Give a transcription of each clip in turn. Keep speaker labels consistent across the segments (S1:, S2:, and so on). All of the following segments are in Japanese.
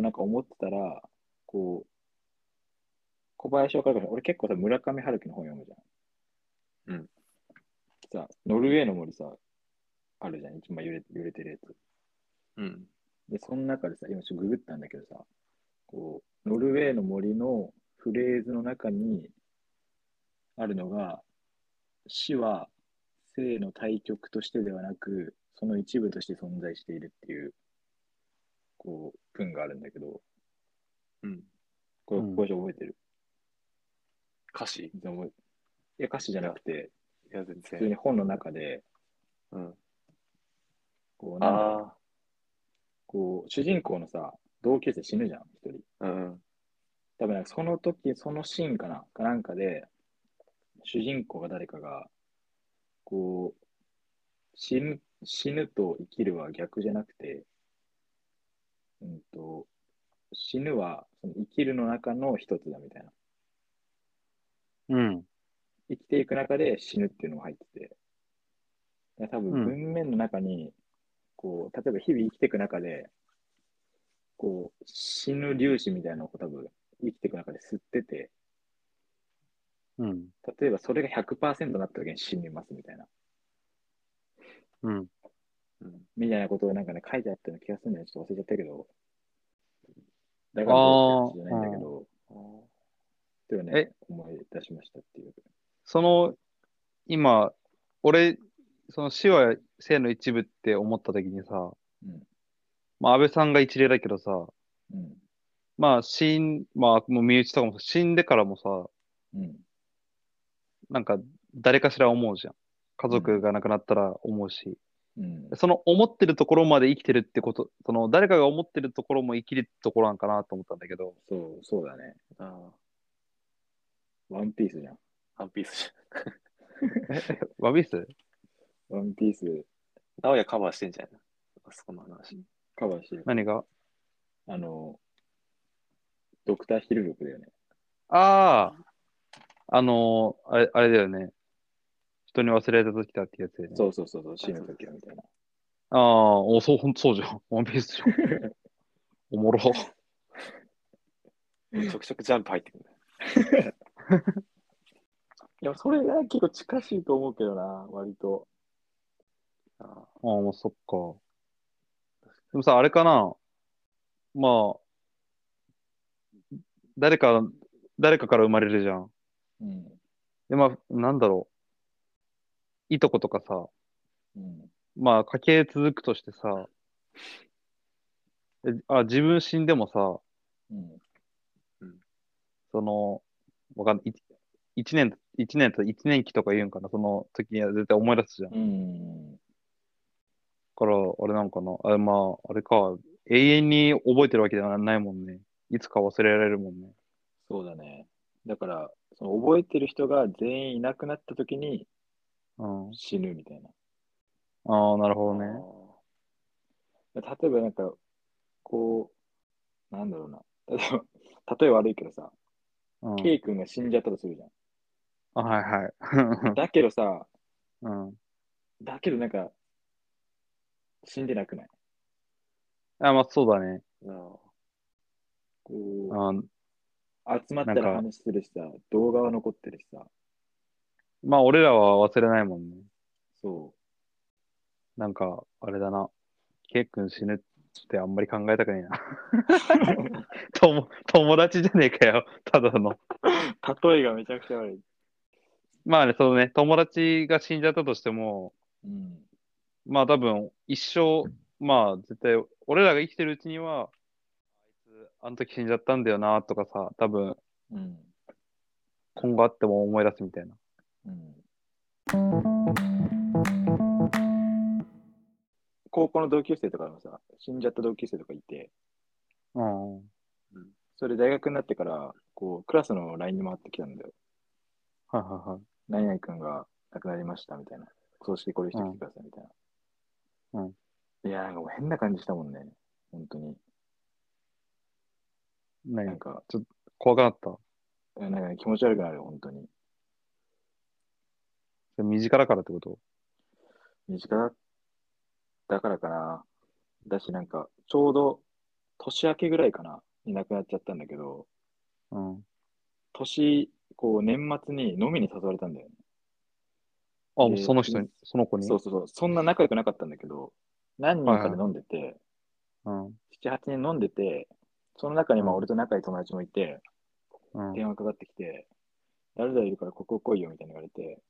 S1: なんか思ってたら、こう、小林わかるかな俺結構さ、村上春樹の本読むじゃん。
S2: うん。
S1: さ、ノルウェーの森さ、あるじゃん。一番揺れ揺れてるやつ。
S2: うん。
S1: で、その中でさ、今ちょっとググったんだけどさ、こう、ノルウェーの森のフレーズの中にあるのが、死は生の対極としてではなく、その一部として存在しているっていう、こう、文があるんだけど、
S2: うん。
S1: これ、
S3: うん
S1: これ覚えてる。
S2: 歌詞
S1: 全然覚えていや、歌詞じゃなくて、
S2: いや、全
S1: 普通
S2: 然。
S1: に本の中で、
S2: うん。
S1: こう、なんか
S2: あ
S1: こう、主人公のさ、同級生死ぬじゃん、一人。
S2: あ。うん。
S1: 多分なんかその時、そのシーンかなかなんかで、主人公が誰かが、こう、死ぬ、死ぬと生きるは逆じゃなくて、うんと、死ぬはその生きるの中の一つだみたいな。
S3: うん。
S1: 生きていく中で死ぬっていうのが入ってて。だから多分
S3: うん
S1: 文面の中に、こう、例えば日々生きていく中で、こう、死ぬ粒子みたいなのを多分生きていく中で吸ってて、
S3: うん。
S1: 例えばそれが100%になった時に死にますみたいな、
S3: うん。
S2: うん。
S1: みたいなことをなんかね、書いてあったような気がするんだよ。ちょっと忘れちゃったけど。だからどうって話じゃないんだけど、っていうのをね、思い出しましたっていう。
S3: その、今、俺、その死は生の一部って思った時にさ、
S1: うん。
S3: まあ、安倍さんが一例だけどさ、
S1: うん。
S3: まあ、死ん、まあ、もう身内とかも死んでからもさ、
S1: うん。
S3: なんか、誰かしら思うじゃん。家族が亡くなったら思うし、
S1: うん。
S3: その思ってるところまで生きてるってこと、その誰かが思ってるところも生きるところなんかなと思ったんだけど、
S1: そう、そうだね。
S2: ああ。
S1: ワンピースじゃん。
S2: ワンピースじ
S3: ワビス
S1: ワンピース
S2: ゃん。 直哉カバーしてんじゃん。あそこの話。
S1: カバーしてる。
S3: 何が
S1: あの、ドクターヒルルクだよね。
S3: ああ、あのーあれ、あれだよね。人に忘れた時だってやつだよね。
S1: そうそうそうそう、死ぬ時はみたいな。
S3: ああ、お、そう、ほんとそうじゃん。ワンピースじゃん。おもろ。
S2: ちょくちょくジャンプ入ってくるね。
S1: いや、それが結構近しいと思うけどな、割と。
S2: ああ。
S3: ああ、もうそっか。でもさ、あれかな。まあ、誰か、誰かから生まれるじゃん。
S1: うん。
S3: で、まあ、なんだろう。いとことかさ、
S1: うん。
S3: まあ、家系続くとしてさ、えあ、自分死んでもさ、
S1: うん。
S3: その、わかんない。い一年、一年と一年期とか言うんかな。その時には絶対思い出すじゃん。だ
S1: うん。
S3: から、あれなんかな。あ、まあ、あれか。永遠に覚えてるわけではないもんね。いつか忘れられるもんね。
S1: そうだね。だから、その覚えてる人が全員いなくなった時に
S3: うん。
S1: 死ぬみたいな。
S3: ああ、なるほどね。
S1: 例えばなんか、こう、なんだろうな。例えば、例えば悪いけどさ、
S3: うん。
S1: K 君が死んじゃったとするじゃ
S3: あ、はいはい
S1: ん。。だけどさ、
S3: うん。
S1: だけどなんか、死んでなくない
S3: あ、まあ、そうだね。
S2: ああ。
S1: こ
S3: あ
S1: う、集まったら
S3: なん
S1: 話するしさ、動画は残ってるしさ、
S3: まあ、俺らは忘れないもんね。
S1: そ
S3: なんか、あれだな。ケイ君死ぬってあんまり考えたくないな。とも友達じゃねえかよ。ただの。
S1: う。例えがめちゃくちゃ悪い。
S3: まあね、そのね、友達が死んじゃったとしても、
S1: うん。
S3: まあ多分、一生、まあ絶対、俺らが生きてるうちには、あいつ、あの時死んじゃったんだよな、とかさ、多分、
S1: うん。
S3: 今後あっても思い出すみたいな。
S1: うん。高校の同級生とかもさ、死んじゃった同級生とかいて、
S3: うん。はい
S1: それ大学になってから、こう、クラスの LINE に回ってきたんだよ。
S3: はいはい。
S1: 何々君が亡くなりましたみたいな。葬式これしてきてくださいみたいな。
S3: うん
S1: いや、なんかもう変な感じしたもんね。本当に。な
S3: 何
S1: んか、
S3: 怖くなった
S1: なんかね気持ち悪くなるよ、本当に。
S3: それ身近だからってこと
S1: 身近だだからかな。だし、なんか、ちょうど年明けぐらいかな、に亡くなっちゃったんだけど、
S3: うん。
S1: 年、こう、年末に飲みに誘われたんだよね。
S3: あ、もうその人に、その子に。
S1: そうそうそう、そんな仲良くなかったんだけど、何人かで飲んでて、
S3: うん。
S1: 7、8人飲んでて、その中にまあ俺と仲いい友達もいて、
S3: うん。
S1: 電話かかってきて、誰々いるからここ来いよみたいに言われて、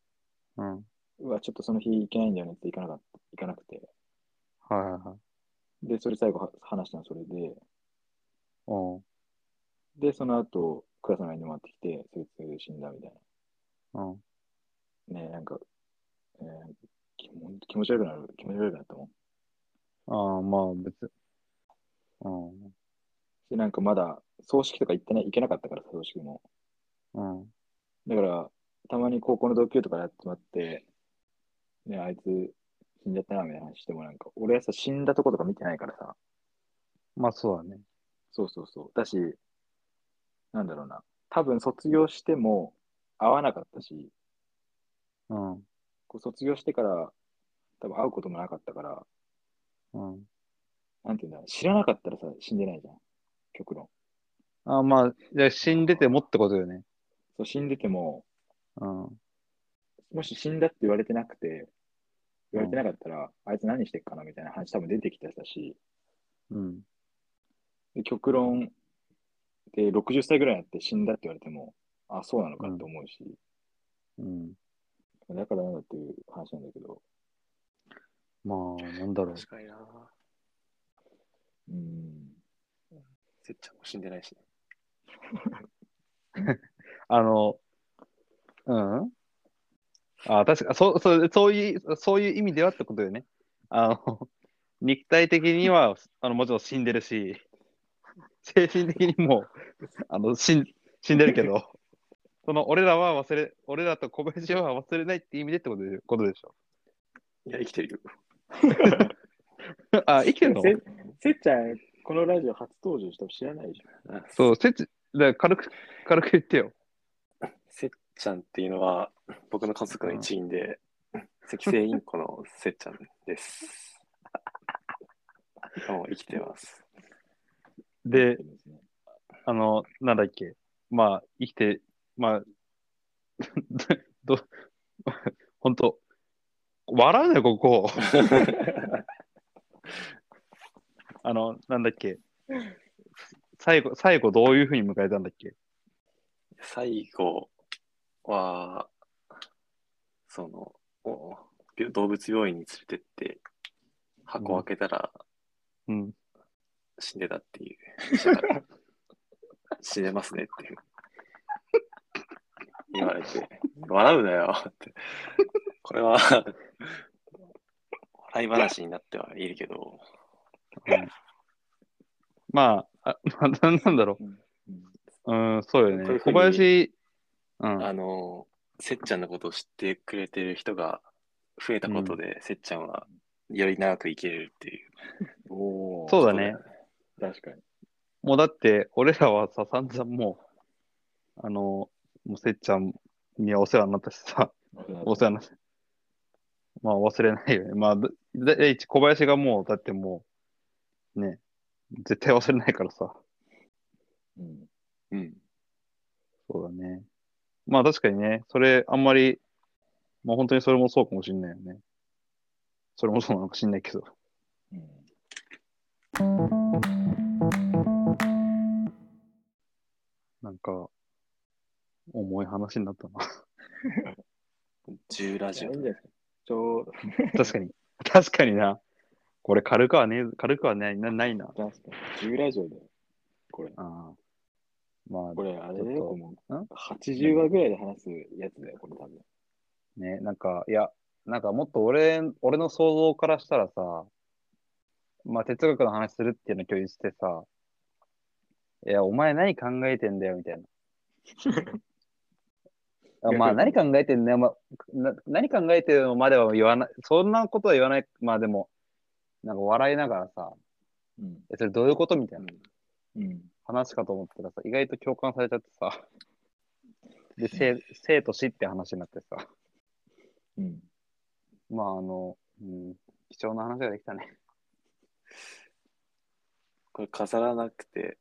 S3: うん。は
S1: うわ、ちょっとその日行けないんだよねって行かなかった、行かなくて。
S3: いはいはい。
S1: で、それ最後は話したのそれで、
S3: うん。
S1: で、その後、クラスの間に回ってきて、そいつ死んだみたい
S3: うん。
S1: な。ねなんか、えー気も気持ち悪くなる、気持ち悪くなったもん。
S3: ああ、まあ別に。うん。
S1: で、なんかまだ、葬式とか行ってない、行けなかったから、葬式も。
S3: うん。
S1: だから、たまに高校の同級とかで集まって、ね、あいつ死んじゃったな、みたいな話しても、なんか、俺はさ、死んだとことか見てないからさ、
S3: まあそうだね。
S1: そうそうそう。だし、なんだろうな、多分卒業しても会わなかったし、
S3: うん。
S1: こう卒業してから多分会うこともなかったから、
S3: うん。
S1: なんていうんだろう、知らなかったらさ、死んでないじゃん、極論。
S3: ああ、まあ、じゃあ死んでてもってことよね。
S1: そう、死んでても、
S3: うん。
S1: もし死んだって言われてなくて、言われてなかったら、あいつ何してっかなみたいな話多分出てきてたし、
S3: うん。
S1: で極論で60歳ぐらいになって死んだって言われても、あ、そうなのかって思うし、
S3: うん。
S1: だからなんだっていう話なんだけど、
S3: まあ、なんだろう。
S2: 確かにな。
S1: うん、
S2: せっちゃんも死んでないしね。
S3: あの、うんあ確かそうそう、そういう、そういう意味ではってことよね。あの、 肉体的には、あの、もちろん死んでるし、精神的にも、あの、死ん死んでるけど、その、俺らは忘れ、俺らと小林は忘れないって意味でってことでことでしょ。
S2: いや、生きてるよ。
S3: あ、生きてるの
S1: せせっちゃん、このラジオ初登場したの知らないでしょ。
S2: あ
S3: そう、せち、だから軽く、軽く言ってよ。
S2: せっちゃんっていうのは、僕の家族の一員で、赤星インコのせっちゃん です。今も生きてます。
S3: で
S1: そ、うすね
S3: あの、なんだっけ、まあ、生きて、まあ、 ど、本当笑うなよ、ここ。 あの、なんだっけ、最後、最後、どういうふうに迎えたんだっけ。
S2: 最後は、その、おび動物病院に連れてって、箱を開けたら
S3: うん。
S2: 死んでたって いう。だから死ねますねっていう。言われて、笑うなよって。これは、笑い話になってはいるけど、
S3: まあ、 あまあななんだろ
S1: うん
S3: う。うん、そうよ
S2: こうい
S3: ね。
S2: うふう
S3: 小
S2: に
S3: 林、うん。
S2: あの、せっちゃんのことを知ってくれてる人が増えたことで、せっちゃんはより長く生きれるっていう。
S1: おー
S3: そうだね。
S1: 確かに。
S3: もうだって、俺らはさ、散々もう、あの、もうせっちゃんにはお世話になったしさ、お世話になった。まあ忘れないよね。まあ、だ第一、小林がもう、だってもう、ね、絶対忘れないからさ。
S1: うん
S2: うん。
S3: そうだね。まあ確かにね、それあんまり、まあ本当にそれもそうかもしんないよね。それもそうなのかしんないけど。
S1: うん
S3: なんか、重い話になったな。
S2: 10ラジオ
S1: いいんじゃないですかちょうど、
S3: 確かに。確かにな。これ軽くはね、軽くはね、なないな。
S1: 確かに。10ラジオだよ。これ。
S3: ああ。ま
S1: これ、あれだ
S3: ちょっ
S1: よ、
S3: と
S1: この
S3: ん
S1: 80話ぐらいで話すやつだよ、これ多分。
S3: あね、なんか、いや、なんかもっと俺、俺の想像からしたらさ、まあ哲学の話するっていうのを共有してさ、いや、お前何考えてんだよ、みたいな。あまあ何考えてんだよ、まあ、な何考えてるのまでは言わない、そんなことは言わない、まあでも、なんか笑いながらさ、
S1: うん。
S3: え、それどういうことみたいな
S1: うん。
S3: 話かと思ったらさ、意外と共感されちゃってさ、で、生生と死って話になってさ、
S1: うん。
S3: まあ、あの、うん、貴重な話ができたね。
S2: これ飾らなくて、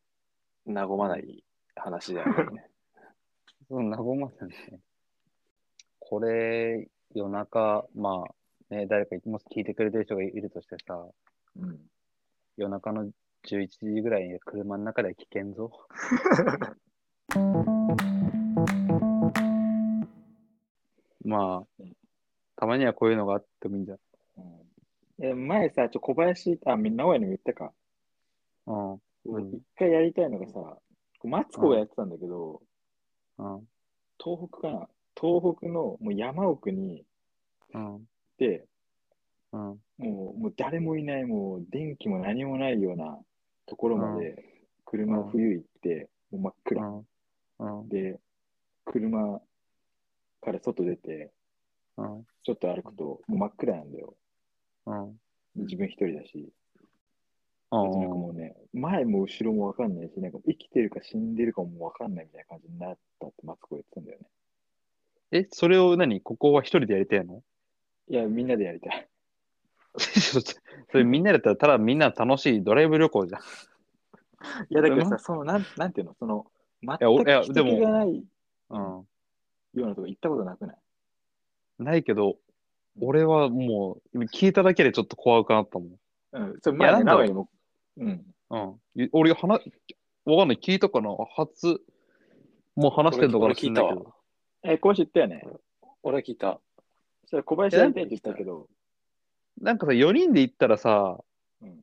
S2: 和まない話だよね。
S3: うん、和ませんね。これ、夜中、まあ、ね、誰か、もし聞いてくれてる人がいるとしてさ、
S1: うん。
S3: 夜中の11時ぐらいに車の中で危 険ぞ。まあ、たまにはこういうのがあってもいいんじゃ
S1: うん、え前さ、ちょ小林、あ、み名古屋にも言ったか。
S3: うん。
S1: こう
S3: うん
S1: 一回やりたいのがさ、こうマツコがやってたんだけど、
S3: うん。
S1: 東北かな東北のもう山奥に
S3: うん。
S1: 行って、
S3: うん。
S1: もうもう誰もいない、もう電気も何もないようなところまで、車
S3: うん
S1: 冬行って、もう真っ
S3: う
S1: 暗。
S3: ん。うん。
S1: で、車から外出て、
S3: うん。
S1: ちょっと歩くと、もう真っ暗なんだよ。
S3: うん。
S1: 自分一人だし。
S3: う
S1: なんかもうね、前も後ろも分かんないし、なんか生きてるか死んでるかも分かんないみたいな感じになったってマツコ言ってたんだよね。
S3: え、それを何ここは一人でやりたいの
S1: いや、みんなでやりたい。
S3: それみんなだったらただみんな楽しいドライブ旅行じゃん。
S1: いや、だから
S3: で
S1: さ、
S3: も
S1: その、なんなんていうの、その、全
S3: やおいや
S1: く人気がないよ
S3: うん。
S1: うなとこ行ったことなくない
S3: ないけど、俺はもう、今聞いただけでちょっと怖くなったもん。
S1: うん、それ
S3: いや
S1: 前
S3: なん
S1: に名古屋に
S3: だろう
S1: も、うん。
S3: うん。い俺、話、わかんない。聞いたかな初、もう 話してんのかな
S2: 俺聞いたわ
S3: 知んないけど
S1: え、小林言ったよね。
S2: 俺は聞いた。
S1: それ小林やりたいって言ったけど、
S3: なんかさ、4人で行ったらさ、
S1: うん
S3: い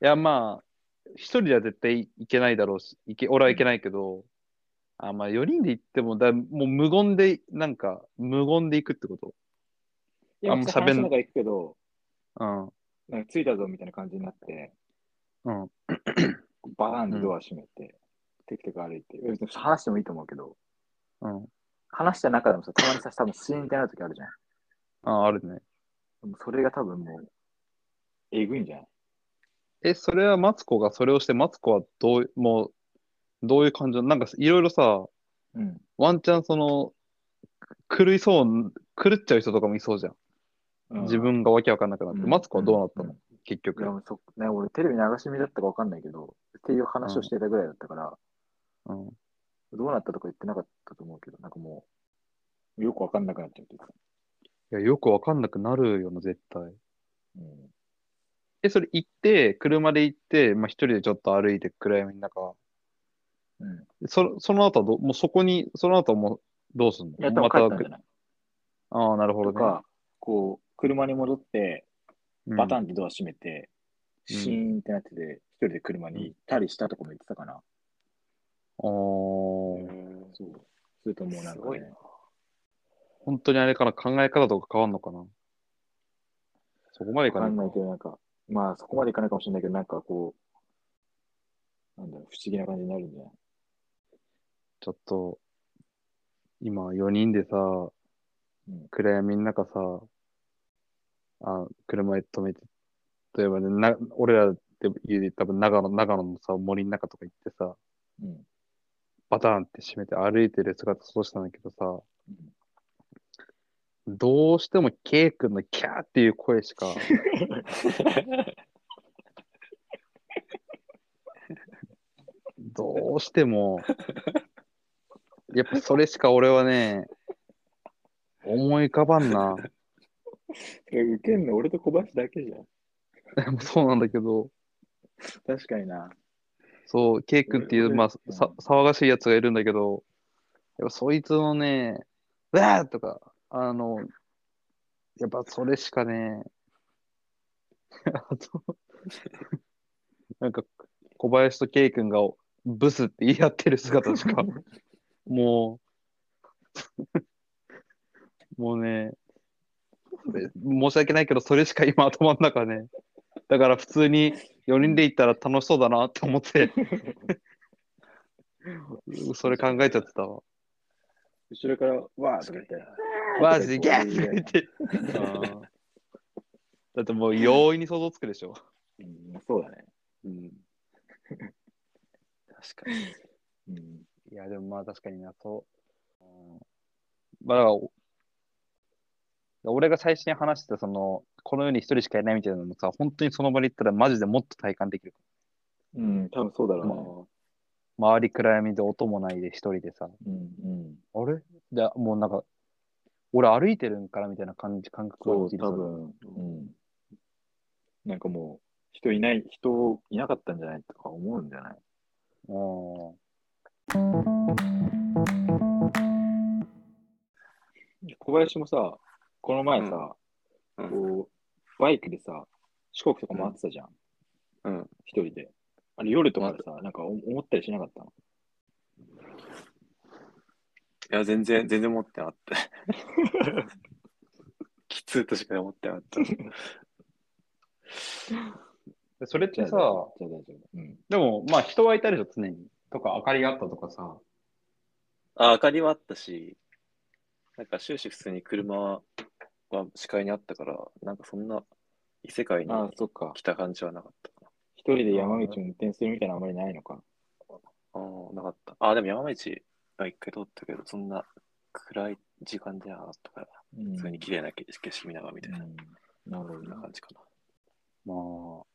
S3: や、まあ、1人では絶対行けないだろうし、行け俺は行けないけど、あまあ、4人で行ってもだ、もう無言で、なんか、無言で行くってこと
S1: いや、
S3: あんま喋ん
S1: 話の中行くけど、
S3: うん。
S1: なんか着いたぞみたいな感じになって、
S3: うん。
S1: バーンってドア閉めて、テクテク歩いて、別に話してもいいと思うけど、
S3: うん。
S1: 話した中でもさ、たまにさ、多分シーンってなる時あるじゃん。
S3: あ、あるね。
S1: でもそれが多分もう、えぐいんじゃない
S3: え、それはマツコがそれをして、マツコはどう、もう、どういう感情なんか、いろいろさ、
S1: うん。
S3: ワンチャンその、狂いそう、狂っちゃう人とかもいそうじゃん。自分がわけわかんなくなって、マツコはどうなったの、
S1: ん
S3: 結局。
S1: いやもうそね、俺テレビ流し見だったかわかんないけど、っていう話をしてたぐらいだったから、
S3: うん。
S1: どうなったとか言ってなかったと思うけど、なんかもう、よくわかんなくなっちゃうっていうか
S3: いや、よくわかんなくなるよな、絶対。
S1: うん
S3: え、それ行って、車で行って、まあ、一人でちょっと歩いて暗闇の中。
S1: うん。
S3: そ、その後はど、もうそこに、その後はもうどうすんの
S1: いやった
S3: ま
S1: 帰
S3: た
S1: ったんじゃない
S3: ああ、なるほど
S1: と
S3: ね。
S1: か、こう、車に戻って、
S3: うん
S1: バタンってドア閉めて、
S3: うん
S1: シーンってなってて、一人で車に行ったりしたとかも言ってたかな。
S3: あー
S2: うん
S1: そう。するともうなん
S2: す
S1: か
S2: ごい
S1: ね
S2: な、。
S3: 本当にあれかな、考え方とか変わんのかな。そこまでい
S1: わ
S3: か
S1: か
S3: ない
S1: ん
S3: か
S1: ないけど、なんか、まあそこまでいかないかもしれないけど、なんかこう、なんだろう、不思議な感じになるんじゃない
S3: ちょっと、今4人でさ、
S1: ん
S3: 暗闇の中さ、あ、車で止めて、例えばね、な俺らで言う多分長野、長野のさ、森の中とか行ってさ、
S1: うん。
S3: バターンって閉めて歩いてる姿そうしたんだけどさ、
S1: うん
S3: どうしても K 君のキャーっていう声し か、どうしても、やっぱそれしか俺はね、思い浮かばんな。
S1: え、受けんの俺と小林だけじゃん。
S3: そうなんだけど、
S1: 確かにな。
S3: そう、ケイ君っていう、
S1: 俺
S3: まあ、
S1: うん
S3: さ、騒がしいやつがいるんだけど、やっぱそいつのね、うわーとか、あの、やっぱそれしかね、 あと、なんか、小林とケイ君がブスって言い合ってる姿し か、もう、もうね、申し訳ないけど、それしか今頭の中ね、だから普通に4人で行ったら楽しそうだなって思って、それ考えちゃってたわ。
S1: 後ろから、わーとか言って。
S3: マジギャーって言って。うんだってもう容易に想像つくでしょ。
S1: うん、そうだね。
S2: うん確かに。
S1: うん。
S3: いや、でもまあ確かにな、そう。うん、まあだからお俺が最初に話してた、その、この世に一人しかいないみたいなのもさ、本当にその場に行ったらマジでもっと体感できる。
S1: うん、多分そうだろ
S3: 周り暗闇で音もないで一人でさ、
S1: うね。うん、うん。
S3: あれで、もうなんか、俺歩いてるんからみたいな感じ、感覚
S1: そう、
S3: じ
S1: 多分、うん。なんかもう、人いない、人いなかったんじゃないとか思うんじゃない
S3: 多
S1: 小林もさ、この前さ、
S2: うん
S1: こう、バイクでさ、四国とか回ってたじゃん。
S2: うん。
S1: 一人で。あれ夜とかでさ、なんかお思ったりしなかったの
S2: いや、全然、全然持ってなかった。 きついとしか思ってなかった。
S3: うん。それっ
S1: じゃあ
S3: てさ、
S1: じゃあ大丈夫。うん。
S3: でも、まあ人はいたでしょ、常に。とか、明かりがあったとかさ。
S2: あ、明かりはあったし、なんか終始普通に車は視界にあったから、なんかそんな異世界に
S1: ああ、そっか。
S2: 来た感じはなかったか
S1: 一人で山道運転するみたいなのあんまりないのか。
S2: な。ああ、なかった。ああ、でも山道は一回通ったけど、そんな暗い時間ではなかったから、
S1: うん
S2: 普通に綺麗な景景色見ながらみたいな、
S1: うんなるほど
S2: そんな
S1: な。
S2: 感じかな。
S3: まあ、も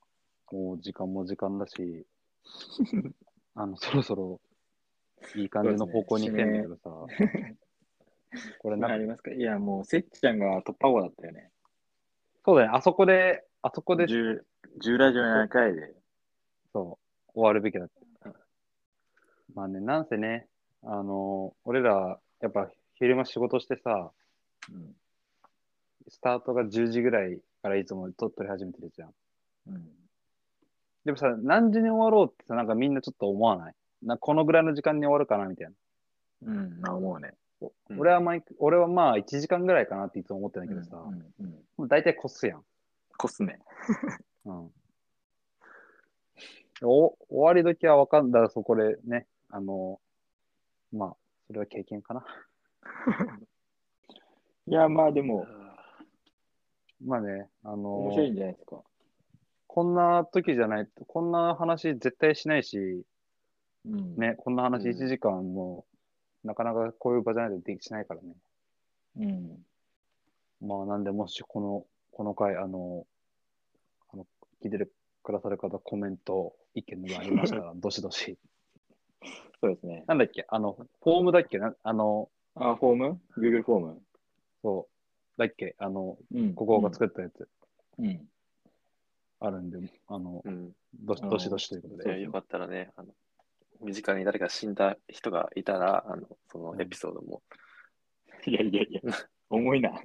S3: う時間も時間だし、あの、そろそろ、いい感じの方向に行ってんだけどさ。これ
S1: なん
S3: な
S1: かあ
S3: んか、
S1: りますかいや、もう、せっちゃんが突破王だったよね。
S3: そうだね、あそこで、あそこで、
S1: 10, 10ラジオ7回で。
S3: そう、終わるべきだった。まあね、なんせね、あの、俺ら、やっぱ昼間仕事してさ、
S1: うん。
S3: スタートが10時ぐらいからいつも撮り始めてるじゃん。
S1: うん。
S3: でもさ、何時に終わろうってさ、なんかみんなちょっと思わないなこのぐらいの時間に終わるかなみたいな。
S1: うん。まあ、思うね。
S2: うん
S3: 俺は毎回俺はまあ1時間ぐらいかなっていつも思ってんだけどさ、
S1: うん。うん。
S3: もう大体こすやん。
S1: コスメ。
S3: うん。お終わり時は分かんだら、そこでね、あの、まあ、それは経験かな。
S1: いや、まあ、でも、
S3: まあね、あの
S1: 面、白いんじゃないですか。
S3: こんな時じゃないと、こんな話絶対しないし、
S1: うん。。
S3: ね、こんな話
S2: うん
S3: 1時間も、なかなかこういう場じゃないとできしないからね。
S1: うん。
S3: まあ、なんで、もし、この、この回、あの、あの聞いてるくださる方、コメント、意見がありました ら、どしどし。
S1: そうですね。
S3: なんだっけ、あの、フォームだっけな、あの、
S1: あ、フォーム ?Google フォーム。
S3: そう、だっけ、あの、
S1: うん
S3: ここが作ったやつ
S1: うん。
S3: あるんで、あの、
S2: うん。
S3: どし
S1: あの
S3: どしどしということ
S2: いや、
S3: で。
S2: よかったらね、あの、身近に誰か死んだ人がいたら、あの、そのエピソードも、
S1: いやいやいや、重いな。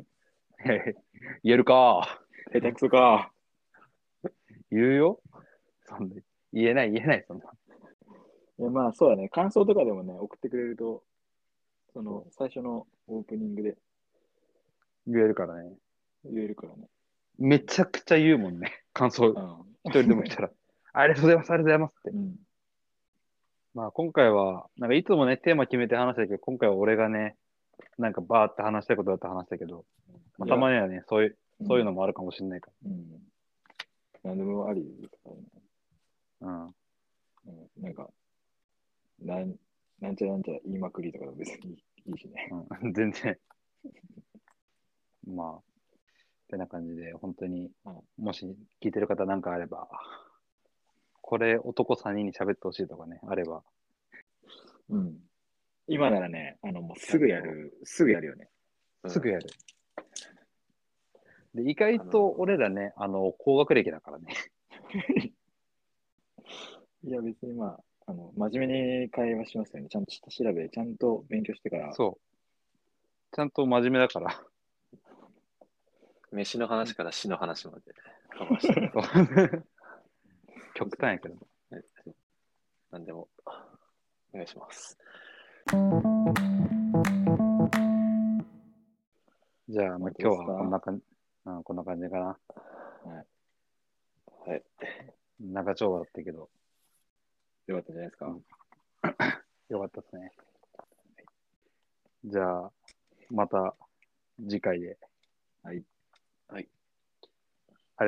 S3: 言えるか。
S1: 下手くそか。
S3: 言うよ。そんな言えない、言えない、そんな。
S1: いや、まあ、そうだね。感想とかでもね、送ってくれると、その、最初のオープニングで
S3: 言えるからね。
S1: 言えるからね。
S3: めちゃくちゃ言うもんね。感想、一人でも 来たら。ありがとうございます、ありがとうございますって。
S1: うん。
S3: まあ、今回は、なんかいつもね、テーマ決めて話したけど、今回は俺がね、なんかバーって話したいことだって話したけど、まあ、たまにはね、そういう、そういうのもあるかもしれないか
S1: うん。何でもありですからね。
S3: ら。うん。
S1: うんなんか、なん、なんちゃらなんちゃら言いまくりとかでも別にいいしね。
S3: うん、 全然。まあ、ってな感じで、本当に
S1: うん、
S3: もし聞いてる方なんかあれば、これ男3人に喋ってほしいとかね、あれば。
S1: うん。今ならね、あの、もうすぐやる、すぐやるよね。
S2: うん
S3: すぐやる。で、意外と俺らね、あの、高学歴だからね。
S1: いや、別にまあ、あの、真面目に会話しますよね。ちゃんと下調べ、ちゃんと勉強してから。
S3: そう。ちゃんと真面目だから。
S2: 飯の話から死の話までかまして、
S3: そう 極端やけど。
S2: 何でもお願いします。
S3: じゃあ、まあ、今日はこんな感じ、うん、こんな感じかな。
S2: はい。
S3: 長丁場だったけど、
S1: よかったんじゃないですか。
S3: よかったですね。じゃあ、また次回で。
S1: はい。
S2: はい。
S3: あり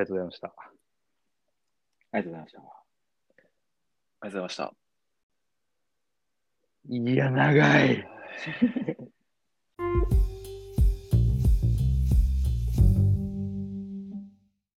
S3: がとうございました。
S1: ありがとうございました。
S2: ありがとうございました。
S3: いや、長い。